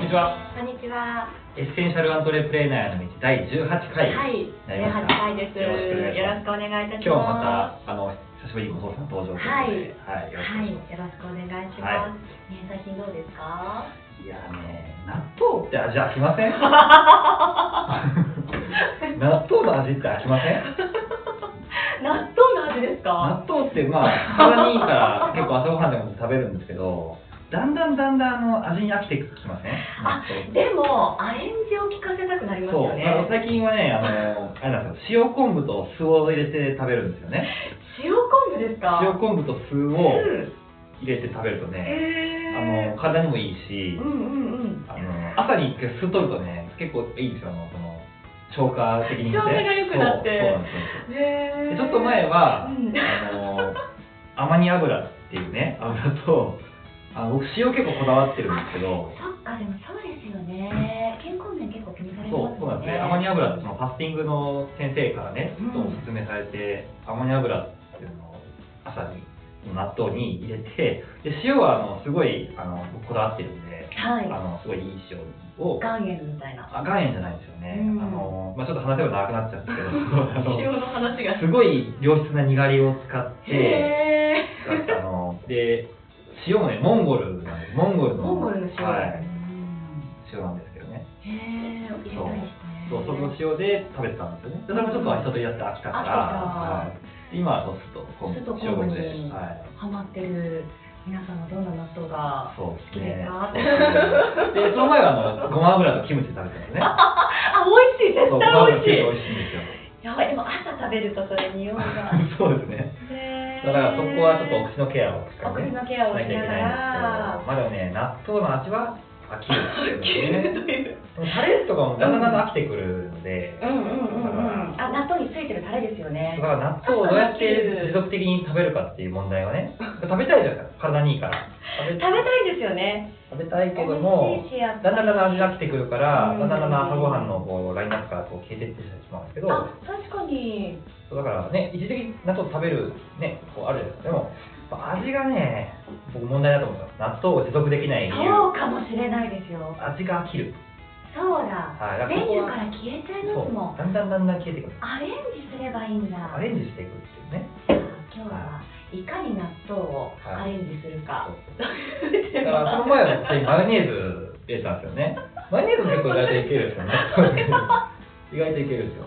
にちは。こんにちは。エッセンシャルアントレプレーナーへの道第18回はいに、なりました。 18回です。よよろしくお願いします。ろしくお願いいた今します。日またあの久しぶりに後藤さん登場ということで、はい、よろしくおは願いしい、よまはろしくお願いします。ね、最近どうですか。す。いやーね、納豆って味飽きません？ 納豆の味って飽きません？納豆の味です納か。豆ってまあ体にいいから結構朝ごはんでも食べるんですけど、だんだんだんだんあの味に飽きてきません？あ納豆って、でも、アレンジを聞かせたくなりますそう、あよのね。最近はね、あのあれなんですよ、塩昆布と酢を入れて食べるんですよね。塩昆布ですか。塩昆布と酢をうん入れて食べるとね、あえの体にもいいしー。、うんうんうん。あの朝に一回酢取るとね、結構いいんですよ、あのその消化的にね消化が良くなってそうそうなんですよえでーちょっと前は、うんあのアマニ油っていうね油とあの僕塩結構こだわってるんですけどそっか、でもそうですよね。健康面結構気にされてそうますそうなもんんですねね。アマニ油ってそのファスティングの先生からねちょっとおすすめされて、アマニ油っていうのを朝に納豆に入れてで塩はあのすごいあの僕こだわってるんで、はい。あのすごいいい塩を岩塩みたいな。あ岩塩じゃないんですよね、うんあのまあ、ちょっと話せば長くなっちゃうんですけどあの 塩の話が。すごい良質なにがりを使って。へあので塩もねモンゴルなんですモンゴルーのモンゴルの塩。はい、うん塩なんですけどねへえ、入れたいですね。そうその塩で食べてたんですよねでそれもちょっと人とやって飽きたから、飽はいで今は酢と昆酢と布昆布塩昆布で、にはい、ハマってる皆さんはどんな納豆が。そうですね好きそうですねでその前はあのごま油とキムチ食べてたんですねあ、美味しい、そうご絶対ま美油味キムチ美味しいんですしよい。やばい、でも朝食べるとそれ匂いが。そうですねねだからそこはちょっとお口のケアをしっかお口りねのケアしをなしきゃいけないながんですけどら。まあでもね納豆の味は飽きるってい切うねる という。タレとかもだんだんだんだん飽きてくるので、うんうんうんうん。あ、納豆についてるタレですよねだ。から納豆をどうやって持続的に食べるかっていう問題はね、食べたいじゃないですか、体にいいから。食べ食べたいですよね。食べたいけども、美味しいしやっぱだりんだんだんだん味が飽きてくるから、うんだんだんだんだん朝ごはんのこうラインナップからこう消えていってしまうんですけど、あ、確かに。そうだからね、一時的に納豆食べる、ね、こうあるじゃないですか。でも、やっぱ味がね、僕問題だと思うんですよ。納豆を持続できない理そ由、うかもしれないですよ。味が飽きる。そうだ。はい、だメここニューかはら消えちゃいますもそんう、。だんだんだんだん消えてくる。アレンジすればいいんだ。アレンジしていくっていうね。じゃあ今日はいかに納豆をアレンジするか。だからその前は普通にマヨネーズ入れたんですよね。マヨネーズも結構意外といけるんですよね。意外といけるんですよ。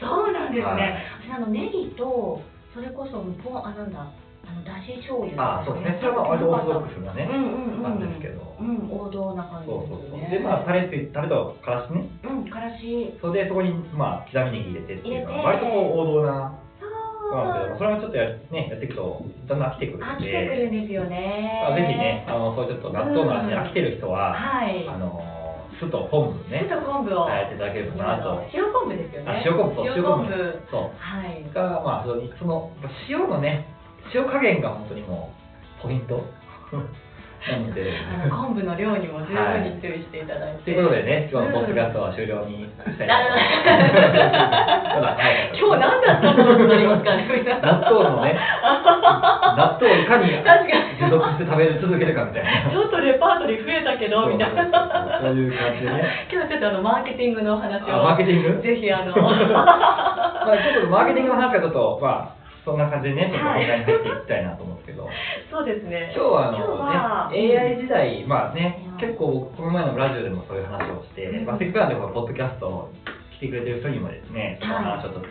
そうなんですはいね。私あのネギとそれこそ向こうあなんだあのだし醤油。ああ、そうですね。それは割とオーソドックスなうね、んうんうん。なんですけど。うそうん王道な感じそうですそう。よね。で、まあ、タレって、タレとからしね。うんからし。それで、そこに、まあ、刻みネギ入れてっていうのは、割入れてとこう、王道な。そなう。んですけど、それもちょっとや、ね、やっていくと、だんだん飽きてくる飽んきてくで。るんですよね。まあぜひね、あの、そういうちょっと納豆の味に飽きてる人は、はい。あの、酢と昆布ちょっね。と昆布を。やっていただければなと。塩昆布ですよねあ。塩昆布そう塩塩昆昆布布。そう。はい。が、まあ、そのその塩のね塩加減が本当にもうポイント なのであの昆布の量にも十分に注意していただいとて。いうことでね今日のポッドキャストは終了にしたいなとまだ早かった今日何だったんだろうとなりますからね、み んな。納豆 のね納豆をいかに確かに。持続して食べ続けるかみたいなちょっとレパートリー増えたけど、みたいな。そうそうそうそういう感じでね今日はちょっとあのマーケティングのお話あマーを。ケティン グ、ぜひ あの。はまあ、ちょっとマーケティングの話がちょっとまあそんな感じでねちょっと本題に入っていきたいなと思うんですけどいそうですね。今日はあ今日の、はね、AI 時代、まあねうん、結構僕この前のラジオでもそういう話をして、うんまあ、せっかくなんでこのポッドキャストを来てくれてる人にもですね、そのはい話をちょっと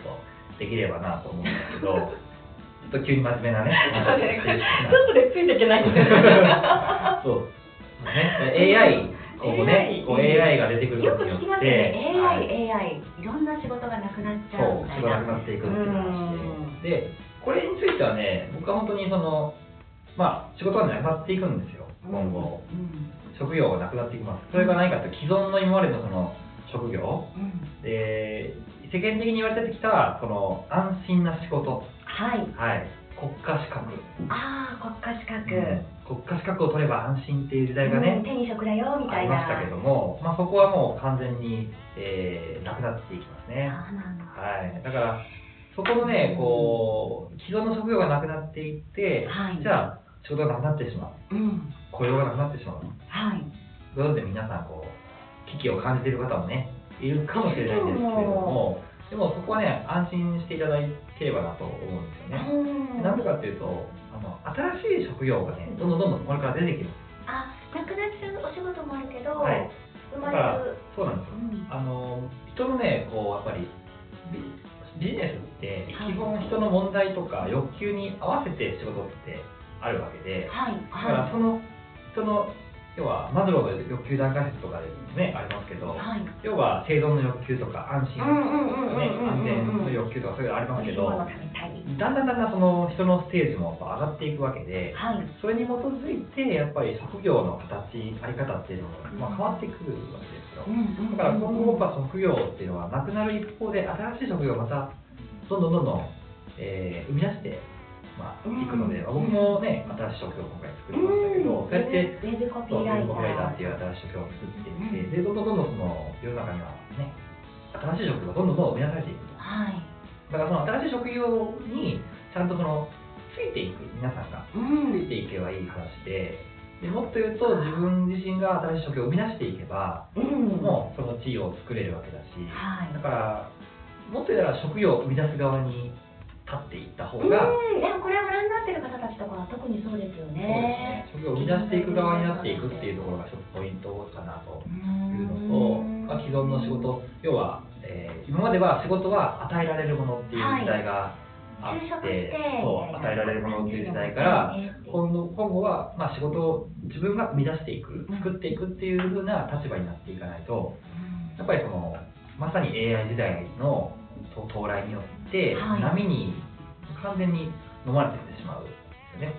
できればなと思うんですけど、ち ょっと急に真面目なね、話をしてるちょっとでついていけないんですよね。そう、ね、AI、こうね AI、こう AI が出てくるよことくによ聞きまっすて、よね、AI、はい AI、いろんな仕事がなくなっちゃそううみ、たい人がなくな。なっていくっていう話うんで、で、これについてはね、僕は本当にその、まあ、仕事がなくなっていくんですよ、今後。うん職業がなくなってきます。それが何かというと既存の今までのその職業うんで世間的に言われてきたこの安心な仕事、はい。はい、国家資格、ああ、国家資格。国家資格を取れば安心っていう時代がうんね、手に職だよみあたりいまな。したけども、まあ、そこはもう完全に、えーなくなっていきますね。そうなんだ。はい、だからそこのねこう既存の職業がなくなっていって、はいじゃあ仕事がなくなってしまううん。雇用がなくなってしまうはい。どそれぞれ皆さんこう危機を感じている方もねいるかもしれないんですけれどもでもそこはね安心していただければなと思うんですよね。うんなんでかっていうとあの新しい職業がねどんどんどんどんこれから出てきます。あなくなっちゃうお仕事もあるけど、はい、生だからまれるそうなんですようんあの人のねこうやっぱりビビジネスって基本人の問題とか欲求に合わせて仕事ってあるわけではいだからはその人の要はマズローの欲求段階説とかでねありますけどいはい要は生存の欲求とか安心うんうんうんね安全うんうんうんうんの欲求とかそういうのありますけお昼ご飯どを食べたいだんだんだんだんその人のステージもやっぱ上がっていくわけではいそれに基づいてやっぱり職業の形あり方っていうのもまあ変わってくるわけですよ。だから今後やっぱ職業っていうのはなくなる一方で新しい職業をまたどんどんどんどん、えー生み出して、まあ、うんいくので、まあ僕もね新しい職業を今回作りましたけど、そうやってウェブコピそうー言ライター語ライターっていう新しい職業を作っていって、でどんどんどんどんその世の中にはね新しい職業がどんどんどんどん生み出されていくはいだからその新しい職業にちゃんとそのついていく皆さんがうついんていけばいい話ででもっと言うと自分自身が新しい職業を生み出していけばうんもうその地位を作れるわけだし、はいだからもっと言ったら職業を生み出す側に立っていった方うん、でが、もこれをご覧になってる方たちとかは特にそうですよね。そうですね職業を生み出していく側になっていくっていうところがちょっとポイントかなとういうんのと、まあ、既存の仕事要は、えー今までは仕事は与えられるものっていう時代があ就って,、職しそてう与えられるものっていう時代から、今度今後は、まあ、仕事を自分が生み出していく作っていくっていう風な立場になっていかないとやっぱりそのまさに AI 時代のと到来によって、はい波に完全に飲まれてってしまうんですよね。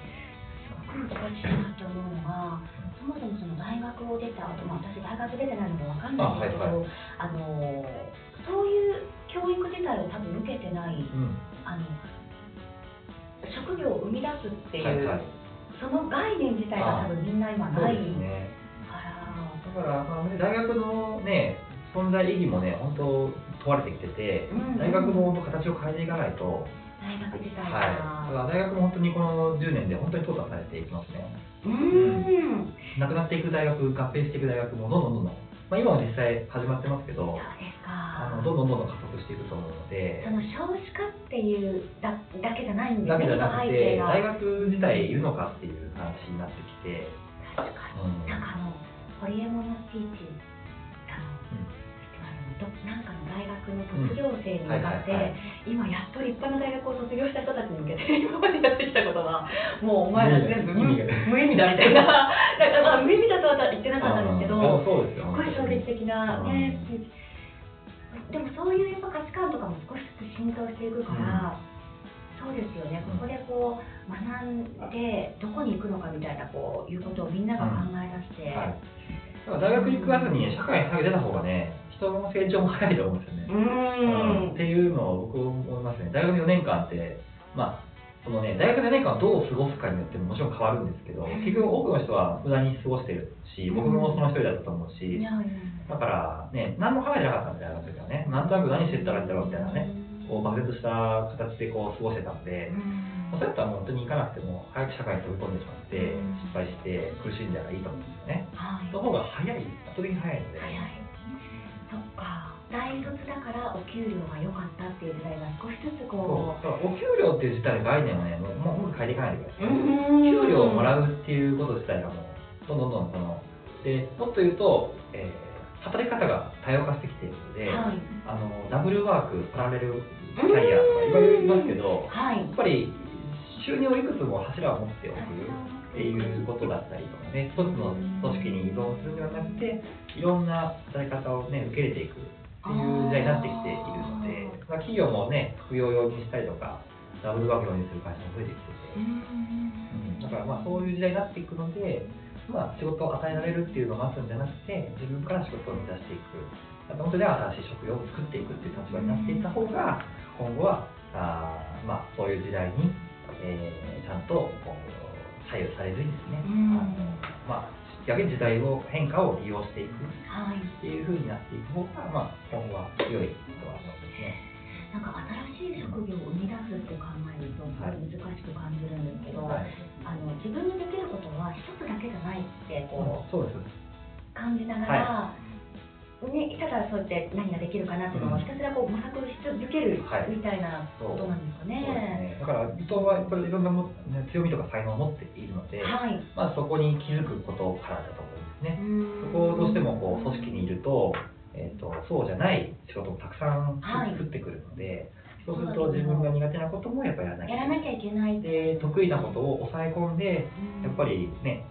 すごく難しいなって思うのが、そもそもその大学を出た後、まあ、私大学出てないのもわかんないですけど、あ,、あはいのそういう教育自体を多分受けてないうん、あの職業を生み出すっていう、はいはいその概念自体が多分みんな今そうないですね。から。だから、まあね、大学のね存在意義もね本当問われてきてて、うん大学も本当形を変えていかないと、大学自体が、はい。だから大学も本当にこの10年で本当に淘汰されていきますね。うーん、なくなっていく大学、合併していく大学もどんどんどんどん、まあ今も実際始まってますけそうど、ですあかの。どんどんどんどん加速していくと思うのでそ。の少子化っていうだだけじゃないんでだすけね、じゃそのなく背て、景が。大学自体いるのかっていう話になってきて、確かうんに。なんかあの、ホリエモンのスピーチ、あの、知ってますどなんかの大学の卒業生に向はいはかっいはいて、今やっと立派な大学を卒業した人たちに向けて、今までやってきたことは、もうお前ら全部ね無意味が無意味だみたいな、だからまあ無意味だとは言ってなかったんですけど、あそうですすよ。ごい衝撃的なねうん、スピーチでもそういうやっぱ価値観とかも少しずつ浸透していくから、そうですよね、うんここでこう学んで、どこに行くのかみたいなこういうことをみんなが考え出して、はい。だから大学行く後に社会に出た方がね、人の成長も早いと思うんですよね。うーっん、ていうのを僕思いますね。大学4年間って、まあ、そのね、大学4年間をどう過ごすかによってももちろん変わるんですけど、結局多くの人は無駄に過ごしてるし、僕もその一人だったと思ういし、やいやだからね、何も考えてなかったんだよ、あの時はね。なんとなく何してったらいいんだろうみたいなね。こう漠然とした形でこう過ごしてたんで、うんそうやったらもう本当に行かなくても早く社会に飛び込んでしまってうん失敗して苦しんだらいいと思うんですよね。はいその方が早い、圧倒的に早いので、早いそっか大卒だからお給料が良かったっていう時代が少しずつそうこだからお給料っていう自体の概念をね、もうもう僕変えていかないでくだう、さい。給給料をもうらうっていうこと自体がもうどんどんどんそのでもっと言うと、えー働き方が多様化してきているのんで、はいあのダブルワークパラレルキャリアとかいろいろ言いますけどやはいっぱり収入をいくつも柱を持っておくっていうことだったりとかね一つの組織に依存するんではなくていろんな働き方をね受け入れていくっていう時代になってきているのでまあ企業もね副業用にしたりとかダブルワーク用にする会社も増えてきてて。うんだからまあそういう時代になっていくので、まあ、仕事を与えられるっていうのを待つんじゃなくて自分から仕事を生み出していくあと本当に新しい職業を作っていくっていう立場になっていった方が今後はあー、まあ、そういう時代に、えーちゃんとこう左右されずにですね、うんあのまあ、やけに時代を変化を利用していくっはいていう風になっていく方が、まあ、今後は良いとは思うんですね。なんか新しい職業を生み出すって考えるとすごい難しく感じるんですけど、はいあの自分にできることは一つだけじゃないってこう、そうです考じながら、ね、ただそうやって何ができるかなっていうのをひたすらこう模索し続けるはいみたいなことなんでそすかうですね。ねだから伊藤はやっぱりいろんなも、ね、強みとか才能を持っているので、はい。まあ、そこに気づくことからだと思うんですね。そそこをどうしてもこう組織にいると,、えー、とそうじゃない仕事もたくさんはい降ってくるので、そうすると自分が苦手なこともやっぱやらなきゃやらなきゃいけない。で得意なことを抑え込んでやっぱりね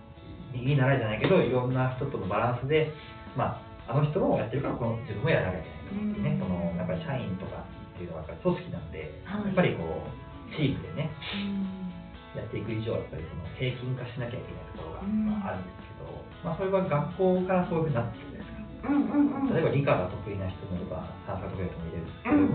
右ならいじゃないけどいろんな人とのバランスで、まあ、あの人もやってるからこの自分もやらなきゃいけないっていうね、うんそのやっぱり社員とかっていうのはやっぱり組織なんで、はいやっぱりこうチームでねうんやっていく以上はやっぱりその平均化しなきゃいけないところが、うんまあ、あるんですけど、まあ、それは学校からそういうふうになってるんですかうんうんうん。例えば理科が得意な人もいれば算数が得意な人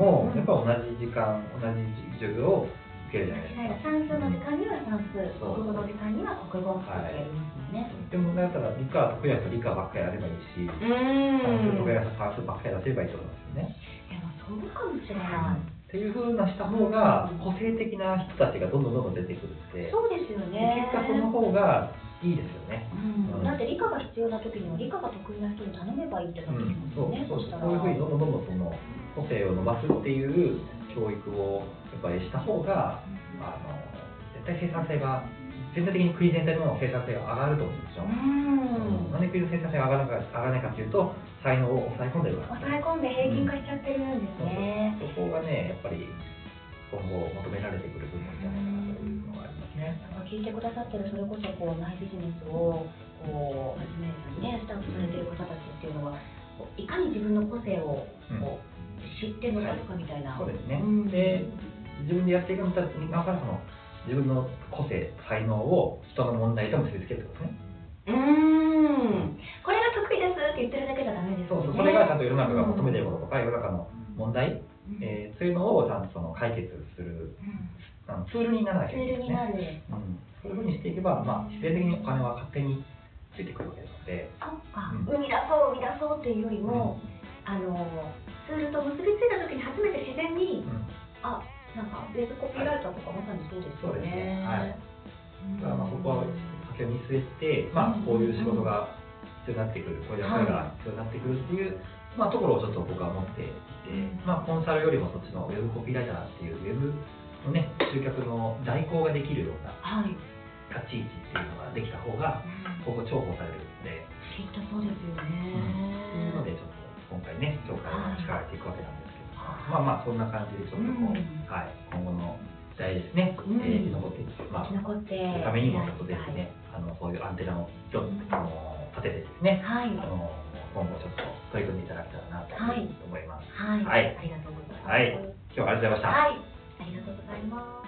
もいるんですけども、うんやっぱ同じ時間同じ授業を受けるじゃないですか。算数の時間には算数、そう国語の時間には国語ってやりますよね。でもだったら理科得意な人は理科ばっかりやればいいし、う算数ん。得意でなも人は算数ばっかり出せればいいってことなんですよね。そうかもしれうんっなていう風なした方が個性的な人たちがどんどんどんどん出てくるので、い。そうですよね。結果その方がいいですよね。うんだって理科が必要な時には理科が得意な人に頼めばいいってうなってきんま、すそようね。そうしたらそういう風にどんどんどんどんその個性を伸ばすっていう教育をやっぱりした方があの絶対生産性が全体的に国全体の生産性が上がると思うんですよ。うん。なんで国の生産性が上がらないか上がらないかっていうと才能を抑え込んでるから抑え込んで平均化しちゃってるんですね。そこがねやっぱり今後求められてくる部分じゃないかなというのがありますね。なんか聞いてくださってるそれこそこう内ビジネスをこう始めるのにねスタートされてる方たちっていうのはこういかに自分の個性をこう知ってるのかとかみたいな。そうですねんで自分でやっていくのたになからその自分の個性才能を人の問題と結びつけるってことね。うーん。これが得意ですって言ってるだけじゃダメですそようそね。うそれがちゃんと世の中が求めていることとか世の中の問題、えーそういうのをちゃんとその解決するうんあのツールにならなきゃツいけーないルですね。になる。うんそういうふうにしていけば、まあ、自然的にお金は勝手についてくるわけなので、そっか、うん生み出そう生み出そうっていうよりも、あのツールと結びついた時に初めて自う然ん、にあなんかウェブコピーライターとかまさにそうですよそうですねねはいうんだからまあそこは先を見据えて、まあ、こういう仕事が必要になってくる、こういう声が必要になってくるっていう、まあ、ところをちょっと僕は思っていて、まあ、コンサルよりもそっちのウェブコピーライターっていうウェブのね集客の代行ができるようなはい、立ち位置っていうのができた方が今後重宝されるので、きっとそうですよっていうのでね、ちょっと今回ね紹介を力入れていくわけなんですけど、はいまあまあそんな感じでちょっとこう、うんはい今後の時代ですね、うんえー生き残っていく、まあ生き残ってそのためにもちょっとぜひね、あのそういうアンテナをちょっとあの立ててですね、はいあの今後ちょっと取り組んでいただけたらなとはい思います。はい、はいありがとうございますはい、今日はありがとうございました。はい、ありがとうございます